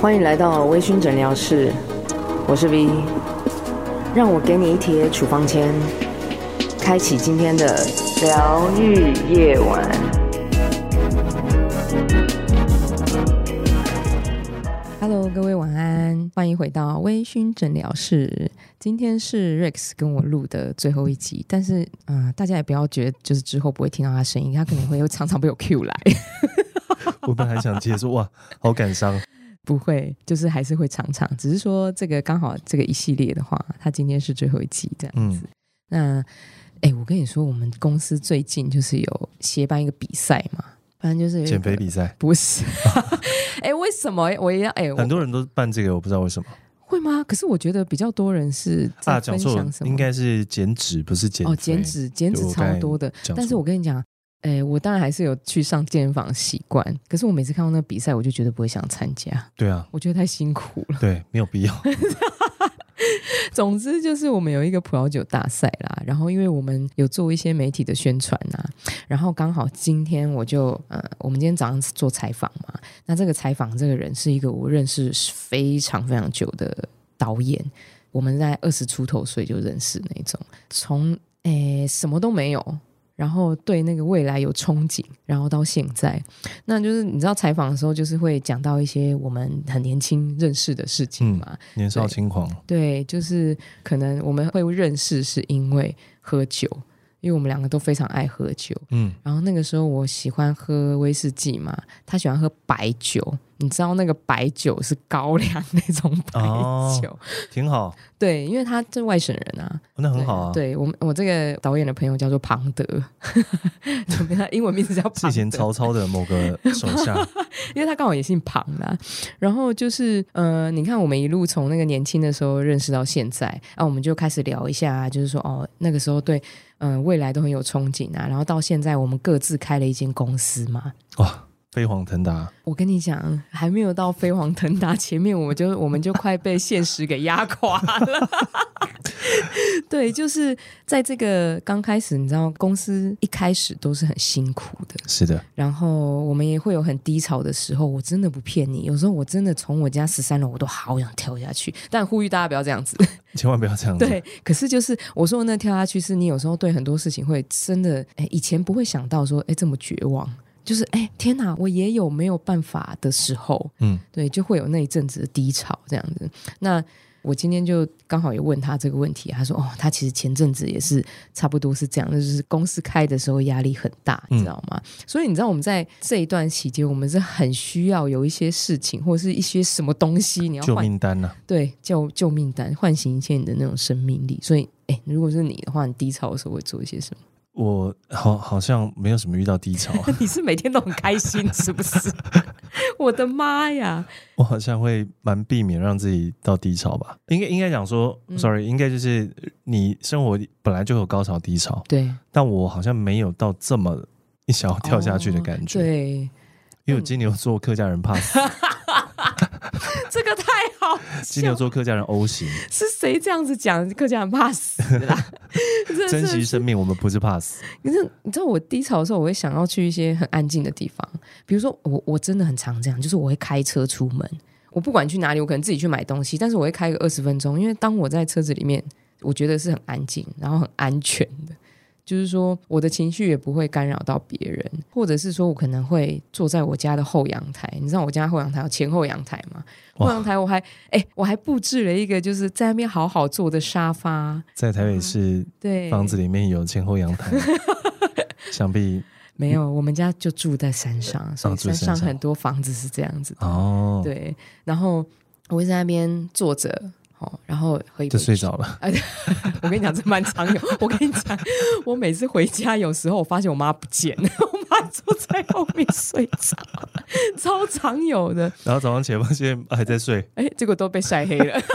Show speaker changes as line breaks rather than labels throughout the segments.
欢迎来到微醺诊疗室，我是 V，让我给你一贴处方签，开启今天的疗愈夜晚。Hello，各位晚安，欢迎回到微醺诊疗室。今天是 Rex 跟我录的最后一集，但是啊、呃大家也不要觉得就是之后不会听到他声音，他可能会又常常被我 Q 来。
我本来想接说哇，好感伤，
不会，就是还是会常常，只是说这个刚好这个一系列的话，它今天是最后一集这样
嗯
子。那哎、诶我跟你说，我们公司最近就是有协办一个比赛嘛，反正就是有一个
减肥比赛，
不是？哎、为什么我也要？哎、我
很多人都办这个，我不知道为什么
会吗？可是我觉得比较多人是在
啊，
分
讲错了
享，什么？
应该是减脂，不是减
哦，
肥
减，脂减脂
我刚
超
才
多的，
讲
但是
错
我跟你讲，哎、我当然还是有去上健身房的习惯，可是我每次看到那个比赛，我就觉得不会想参加，
对啊，
我觉得太辛苦了。
对，没有必要，
总之就是我们有一个葡萄酒大赛啦，然后因为我们有做一些媒体的宣传呐、然后刚好今天我就呃，我们今天早上做采访嘛，那这个采访这个人是一个我认识非常非常久的导演，我们在二十出头岁就认识那种，从诶什么都没有。然后对那个未来有憧憬，然后到现在，那就是你知道采访的时候，就是会讲到一些我们很年轻认识的事情
嗯
嘛，
年
对
少轻狂，
对，就是可能我们会认识是因为喝酒，因为我们两个都非常爱喝酒。
嗯，
然后那个时候我喜欢喝威士忌嘛，他喜欢喝白酒，你知道那个白酒是高粱那种白
哦
酒，
挺好，
对，因为他是外省人啊，
那很好啊，
对，对我们我这个导演的朋友叫做庞德， 怎么样？英文名字叫
是
庞
以前
德，
曹操的某个手 下，
因为他刚好也姓庞啦。然后就是呃，你看我们一路从那个年轻的时候认识到现在啊，我们就开始聊一下，就是说哦，那个时候对嗯、呃未来都很有憧憬啊。然后到现在，我们各自开了一间公司嘛。
哇，飞黄腾达，
我跟你讲，还没有到飞黄腾达前面，我就我们就快被现实给压垮了。 对，就是在这个刚开始，你知道，公司一开始都是很辛苦的，
是的，
然后我们也会有很低潮的时候，我真的不骗你，有时候我真的从我家十三楼我都好想跳下去，但呼吁大家不要这样子。
千万不要这样子，
对，可是就是我说的那跳下去，是你有时候对很多事情会真的，哎，以前不会想到说，哎，这么绝望，就是哎，天哪，我也有没有办法的时候，
嗯，
对，就会有那一阵子的低潮这样子。那我今天就刚好也问他这个问题，他说：“哦，他其实前阵子也是差不多是这样，那就是公司开的时候压力很大，你知道吗？所以你知道我们在这一段期间，我们是很需要有一些事情或者是一些什么东西，你要
救
唤
命丹呐，
对救救命单，唤醒一切你的那种生命力。所以，哎，如果是你的话，你低潮的时候会做一些什么？
我好好像没有什么遇到低潮，啊
你是每天都很开心，是不是？ 我的妈呀！
我好像会蛮避免让自己到低潮吧，应该应该讲说、
嗯
s o r r y 应该就是你生活本来就有高潮低潮，
对
但我好像没有到这么一想要跳下去的感觉，
哦对，嗯
因为我金牛座客家人怕 死，
这个太好
金
笑
牛座客家人 O 型，
是谁这样子讲？客家人怕死啦！ 真
珍
的
惜
是，
生命，我们不是怕死，
可是你知道，我低潮的时候，我会想要去一些很安静的地方，比如说我我真的很常这样，就是我会开车出门，我不管去哪里，我可能自己去买东西，但是我会开个二十分钟，因为当我在车子里面，我觉得是很安静，然后很安全的。就是说，我的情绪也不会干扰到别人，或者是说我可能会坐在我家的后阳台。你知道我家后阳台有前后阳台吗？后
哇
阳台我还哎、我还布置了一个就是在那边好好坐的沙发，
在台北市
嗯对，
房子里面有前 后阳台，想必
没有，我们家就住在山上，所以
嗯哦住
山
山
上
上
很多房子是这样子的。
哦，
对，然后我会在那边坐着，哦，然后喝一杯
就睡
酒
着了，
我跟你讲，这蛮常有。我跟你讲，我每次回家，有时候我发现我妈不见了，我妈坐在后面睡着，超常有的。
然后早上起来发现还在睡，
哎，结果都被晒黑了。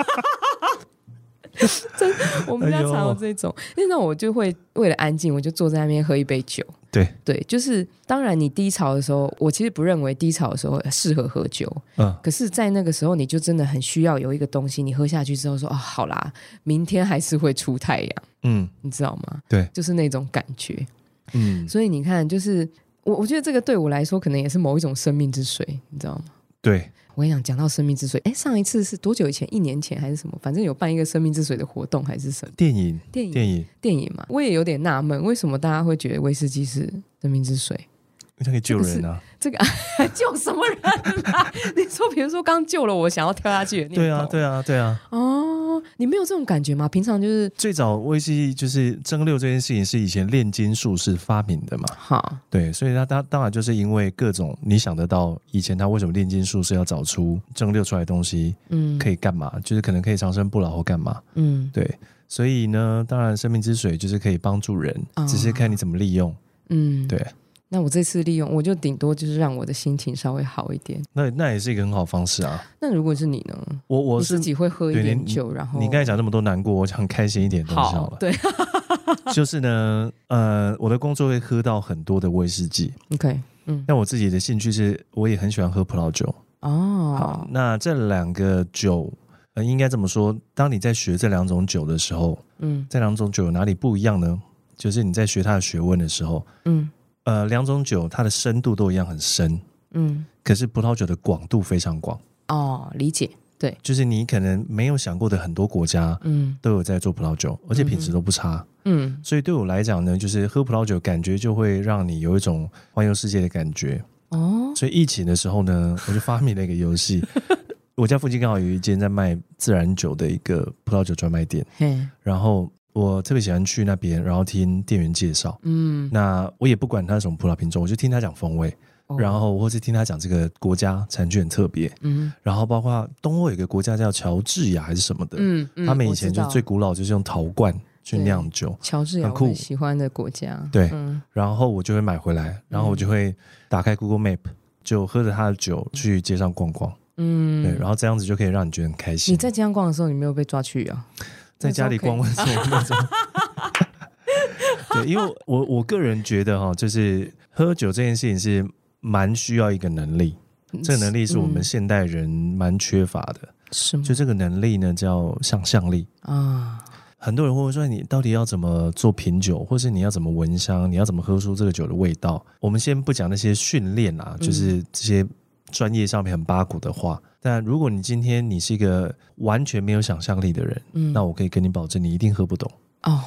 真，我们家
哎呦
常有这种。那那我就会为了安静，我就坐在那边喝一杯酒。
对，
对，就是当然，你低潮的时候，我其实不认为低潮的时候适合喝酒。
嗯，
可是，在那个时候，你就真的很需要有一个东西，你喝下去之后说：“哦，好啦，明天还是会出太阳。”
嗯
你知道吗？
对，
就是那种感觉。
嗯，
所以你看，就是我，我觉得这个对我来说，可能也是某一种生命之水，你知道吗？
对，
我跟你讲，讲到生命之水，哎，上一次是多久以前？一年前还是什么？反正有办一个生命之水的活动还是什么
电影
电影
电影，
电影嘛。我也有点纳闷，为什么大家会觉得威士忌是生命之水？
它可以救人啊，
这个 救什么人啊？你说，比如说刚救了我想要跳下去的念头，
对啊，对啊，对啊。
哦，你没有这种感觉吗？平常就是
最早威士忌就是蒸馏这件事情是以前炼金术士发明的嘛，
好，
对，所以它它当然就是因为各种你想得到，以前他为什么炼金术士要找出蒸馏出来的东西
嗯，
可
以，
以干嘛，就是可能可以长生不老或干嘛，
嗯
对，所以呢，当然生命之水就是可以帮助人，
啊
只是看你怎么利用，
嗯，
对。
那我这次利用，我就顶多就是让我的心情稍微好一点。
那那也是一个很好方式啊！
那如果是你呢？
我我
你
是
自己会哦喝一
对
点
你
酒，然后
你刚才讲那么多难过，我想开心一点的东西好
好
了。，
对
就是呢，呃，我的工作会喝到很多的威士忌。
，OK，嗯，
那我自己的兴趣是，我也很喜欢喝葡萄酒。
哦，
那这两个酒，呃，应该这么说，当你在学这两种酒的时候，
嗯
这两种酒有哪里不一样呢？就是你在学它的学问的时候，
嗯
呃，两种酒它的深度都一样很深，
嗯，
可是葡萄酒的广度非常广，
哦，理解，对，
就是你可能没有想过的很多国家
嗯
都有在做葡萄酒，而且品质都不差。
嗯
所以对我来讲呢，就是喝葡萄酒，感觉就会让你有一种环游世界的感觉。
哦，
所以疫情的时候 呢，我就发明了一个游戏。我家附近刚好有一间在卖自然酒的一个葡萄酒专卖店，
嘿，
然后我特别喜欢去那边，然后听店员介绍。
嗯，
那我也不管它是什么葡萄品种，我就听他讲风味，
哦
然后或是听他讲这个国家产区很特别，
嗯
然后包括东欧有一个国家叫乔治亚还是什么的，
嗯嗯，
他们以
我知
前就
道
最古老就是用陶罐去
对
酿酒，
乔治亚
很酷
我很喜欢的国家，
对
嗯
然后我就会买回来，然后我就会打开 Google Map，就喝着他的酒去街上逛逛，对，
嗯，
然后这样子就可以让你觉得很开心。
你在街上逛的时候，你没有被抓去啊？
在家里逛为什么 那种？对，因为我我个人觉得哈，就是喝酒这件事情是蛮需要一个能力，这个能力是我们
嗯
现代人蛮缺乏的。
是吗
就这个能力呢，叫想象力。
啊？
很多人会问说，哎你到底要怎么做品酒，或是你要怎么闻香，你要怎么喝出这个酒的味道？我们先不讲那些训练啊，
嗯
就是这些专业上面很八股的话。但如果你今天你是一个完全没有想象力的人，
嗯，
那我可以跟你保证，你一定喝不懂。
哦，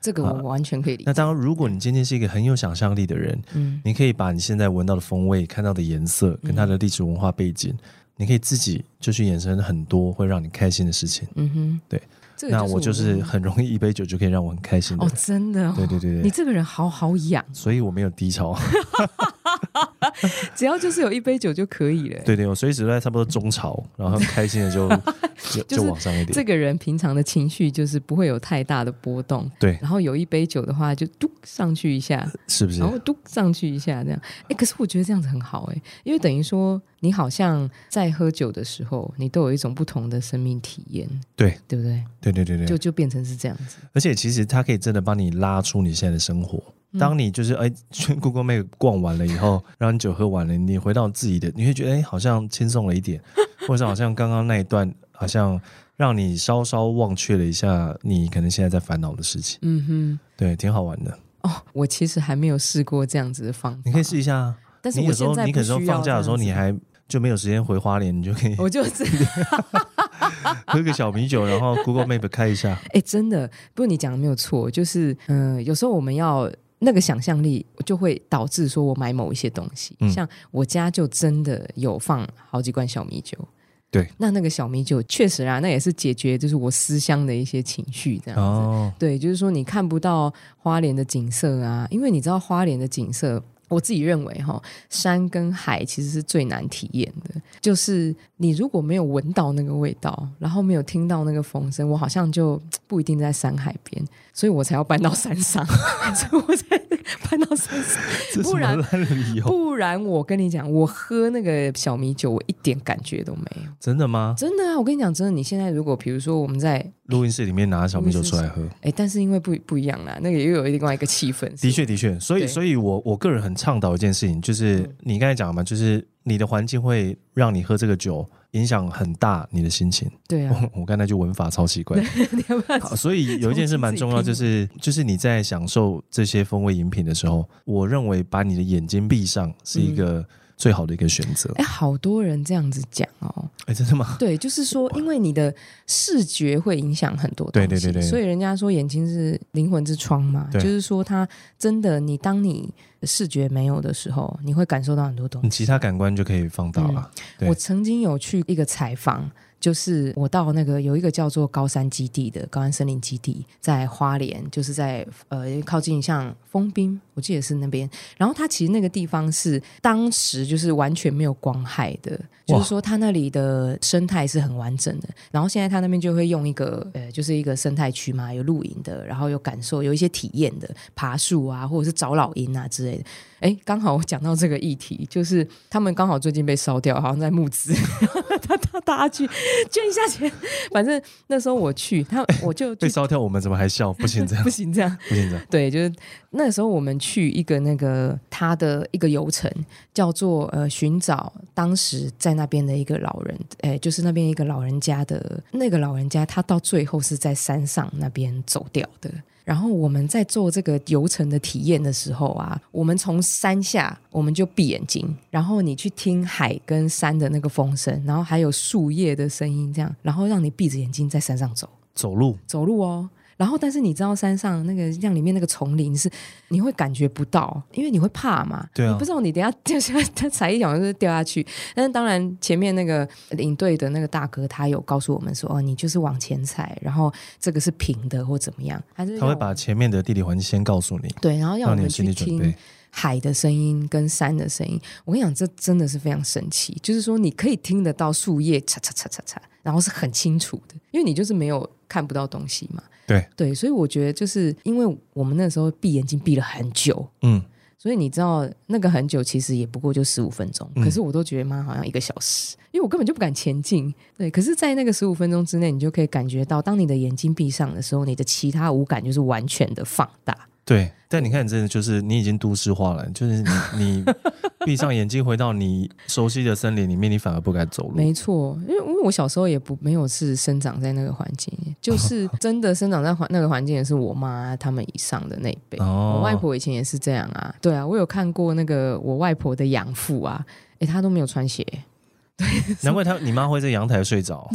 这个
啊
我完全可以理
那
解。
当然，如果你今天是一个很有想象力的人，
嗯
你可以把你现在闻到的风味、看到的颜色，跟它的历史文化背景，你可以自己就去衍生很多会让你开心的事情。
嗯哼，
对，
这个
那我就是
们
很容易一杯酒就可以让我很开心的
哦
人。，
真的、哦，
对对对对
你这个人好好养，
所以我没有 低潮，
只要就是有一杯酒就可以了。
对对，我随时都在差不多中潮，然后开心的就就
就是
就往上一点，
这个人平常的情绪就是不会有太大的波动，
对，
然后有一杯酒的话就嘟上去一下，
是不是
然？后嘟上去一下这样。哎，可是我觉得这样子很好哎，因为等于说你好像在喝酒的时候，你都有一种不同的生命体验，
对
对不对？
对对对
就
对，
就变成是这样子。
而且其实它可以真的帮你拉出你现在的生活。
嗯
当你就是哎去 Google Map 逛完了以 后，然后你酒喝完了，你回到自己的，你会觉得哎好像轻松了一 点，或者是好像刚刚那一段好像让你稍稍忘却了一下你可能现在在烦恼的事情，
嗯哼。
对，挺好玩的。
哦，我其实还没有试过这样子的方法，
你可以试一下啊，
但是
你有
我
时
现
候
在
你
不
可
需要
能放假的时候
这
你
样子
还就没有时间回花莲，你就可以
我就是
喝个小米酒，然后 Google Map 开一下。
哎，真的，不过你讲的没有错，就是嗯、呃有时候我们要那个想象力，就会导致说我买某一些东西，
嗯
像我家就真的有放好几罐小米酒。
对，
那那个小米酒确实啊，那也是解决就是我思乡的一些情绪 这样子。
哦，
对，就是说你看不到花莲的景色啊，因为你知道花莲的景色，我自己认为哈，山跟海其实是最难体验的。就是你如果没有闻到那个味道，然后没有听到那个风声，我好像就不一定在山海边，所以我才要搬到山上， 所以我才搬到山上。
这什
不
么
然
烂的理由？
不然我跟你讲，我喝那个小米酒，我一点感觉都没有。
真的吗？
真的啊，我跟你讲，真的，你现在如果比如说我们在
录音室里面拿小米酒出来喝，
哎，但是因为不不一样啦，那个也有另外一个气氛。
的确的确，所以
对
所以我我个人很倡导一件事情，就是
嗯
你刚才讲的嘛，就是你的环境会让你喝这个酒影响很大你的心情。
对啊，
我我刚才就文法超奇怪，
你要不要
好所以有一件事 蛮重要，就是就是你在
嗯
享受这些风味饮品的时候，我认为把你的眼睛闭上是一个最好的一个选择。
哎，好多人这样子讲哦。
哎，真的吗？
对，就是说，因为你的视觉会影响很多东
对
西，
对对对
所以人家说眼睛是灵魂之窗嘛，就
对
是说它真的，你当你视觉没有的时候，你会感受到很多东西
你。其他感官就可以放大了。嗯对
我曾经有去一个采访，就是我到那个有一个叫做高山基地的高山森林基地，在花莲，就是在呃靠近像丰滨，我记得是那边。然后它其实那个地方是当时就是完全没有光害的，就
哇
是说它那里的生态是很完整的。然后现在它那边就会用一个呃，就是一个生态区嘛，有露营的，然后有感受，有一些体验的，爬树啊，或者是找老鹰啊之类的。哎，刚好我讲到这个议题，就是他们刚好最近被烧掉，好像在募 资，他他大家去捐一下钱。 反正那时候我去，他我就就
被烧掉，我们怎么还笑？不行这样
不，行这样。
不行这样。
对，就是那时候我们去一个那个他的一个游程，叫做呃寻找当时在那边的一个老人，哎，就是那边一个老人家的那个老人家，他到最后是在山上那边走掉的。然后我们在做这个游程的体验的时候啊，我们从山下我们就闭眼睛，然后你去听海跟山的那个风声，然后还有树叶的声音，这样，然后让你闭着眼睛在山上走。
走路
走路哦。然后，但是你知道山上那个像里面那个丛林是，你会感觉不到，因为你会怕嘛。
对啊
你不知道你等一下掉下来，他踩一脚就是掉下去。但是当然，前面那个领队的那个大哥他有告诉我们说，哦，你就是往前踩，然后这个是平的或怎么样，还是
他
让
会
我
把前面的地理环境先告诉你，
对，然后要我
让你
们
有心
去
理准
听
备。
海的声音跟山的声音。我跟你讲，这真的是非常神奇，就是说你可以听得到树叶嚓嚓嚓嚓嚓，然后是很清楚的，因为你就是没有看不到东西嘛。
对
对，所以我觉得就是因为我们那时候闭眼睛闭了很久。
嗯，
所以你知道那个很久，其实也不过就十五分钟，
嗯
可是我都觉得妈好像一个小时，因为我根本就不敢前进。对，可是，在那个十五分钟之内，你就可以感觉到，当你的眼睛闭上的时候，你的其他五感就是完全的放大。
对。但你看，你真的就是你已经都市化了，就是你你闭上眼睛回到你熟悉的森林里面，你反而不敢走路。
没错，因为因为我小时候也不没有是生长在那个环境， 就是真的生长在环那个环境的是我妈他们以上的那一辈。
哦
我外婆以前也是这样啊，对啊，我有看过那个我外婆的养父啊，诶，她都没有穿鞋，
难怪他你妈会在阳台 睡着，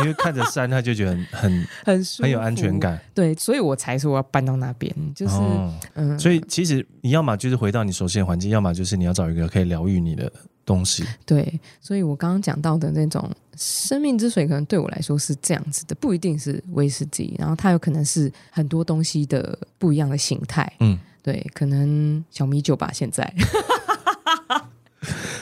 因为看着山，她就觉得很很
很舒服
很有安 全。感。
对，所以我才说我要搬到那边，就是、
哦
嗯，
所以其实你要么就是回到你熟悉的环境，要么就是你要找一个可以疗愈你的东西。
对，所以我刚刚讲到的那种生命之水，可能对我来说是这样子的，不一定是威士忌，然后它有可能是很多东西的不一样的形态。
嗯，
对，可能小米酒吧，现在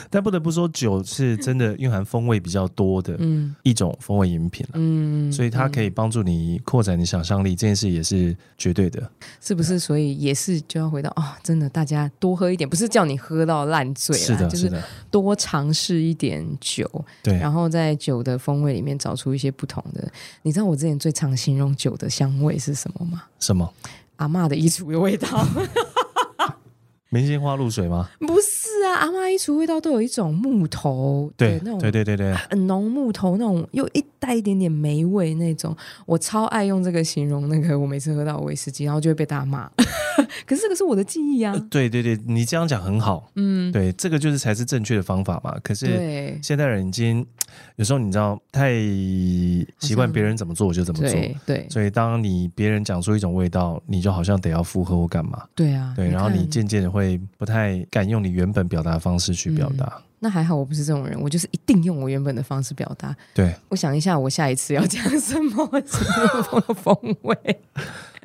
但不得不说，酒是真的蕴含风味比较多的
嗯
一种风味饮品了。
嗯，
所以它可以帮助你扩展你想象力，这件事也是绝对的。
是不是？所以也是就要回到哦，真的，大家多喝一点，不是叫你喝到烂醉啦，
是的，
就是是
的，
多尝试一点酒，
对。
然后在酒的风味里面找出一些不同的。你知道我之前最常形容酒的香味是什么吗？
什么？
阿嬷的衣橱的 味道。
明星花露水吗？
不是啊，阿妈衣橱味道都有一种木头
对，
的那种啊
对对对对，
很浓木头那种，又一带一点点霉味那种，我超爱用这个形容那个我每次喝到威士忌，然后就会被大骂。 可是这个是我的记忆啊，
对对对，你这样讲很好。
嗯，
对，这个就是才是正确的方法嘛。可是
对
现代人已经有时候你知道太习惯别人怎么做我就怎么做，
对对
所以当你别人讲出一种味道，你就好像得要附和或干嘛。
对啊！
对，然后你
看
渐渐的会不太敢用你原本表达的方式去表达。
那还好，我不是这种人，我就是一定用我原本的方式表达。
对，
我想一下，我下一次要讲什么 什么风味？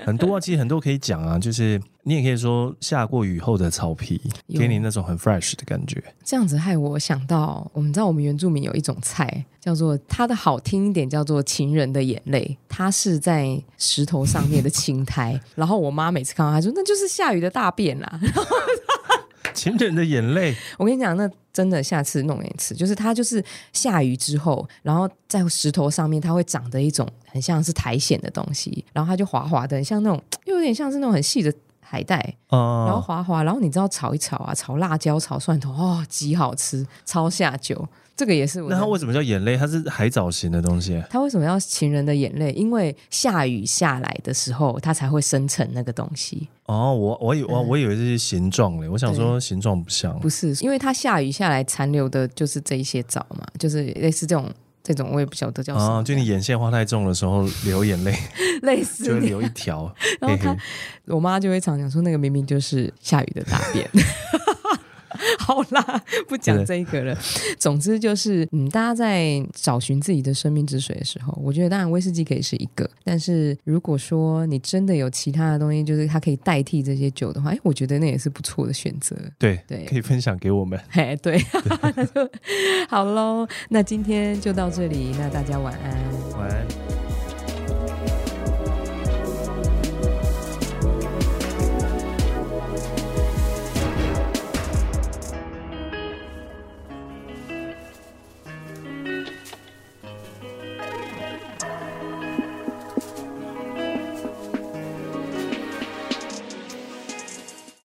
很多啊，其实很多可以讲啊，就是你也可以说下过雨后的草皮，
有
给你那种很 fresh 的感觉。
这样子害我想到，我们知道我们原住民有一种菜叫做它的好听一点叫做情人的眼泪，它是在石头上面的青苔。 然后我妈每次看到她说那就是下雨的大便啊啦。
情人的眼泪，
我跟你讲，那真的下次弄给你吃，就是它就是下雨之后，然后在石头上面它会长的一种很像是苔藓的东西，然后它就滑滑的，很像那种又有点像是那种很细的。海带，然后
啊，
滑滑，然后你知道炒一炒啊，炒辣椒、炒蒜头，哦，极好吃，超下酒。这个也是我
那它
的。
为什么叫眼泪？它是海藻型的东西，
它为什么要情人的眼泪？因为下雨下来的时候，它才会生成那个东西。
哦，我我以我我以为这是形状嘞，我想说形状不像，
嗯不是，因为它下雨下来残留的就是这一些藻嘛，就是类似这种这种，我也不晓得叫什么，
啊，就你眼线画太重的时候流眼 泪，
类
就
似
会。流一条。
然后
嘿嘿
他，我妈就会常讲说，那个明明就是下雨的大便。 好啦，不讲这个了。总之就是，嗯，大家在找寻自己的生命之水的时候，我觉得当然威士忌可以是一个，但是如果说你真的有其他的东西，就是它可以代替这些酒的话，哎，我觉得那也是不错的选择。
对
对
可以分享给我们。
嘿，对， 那就好喽。那今天就到这里，那大家晚安。
晚安。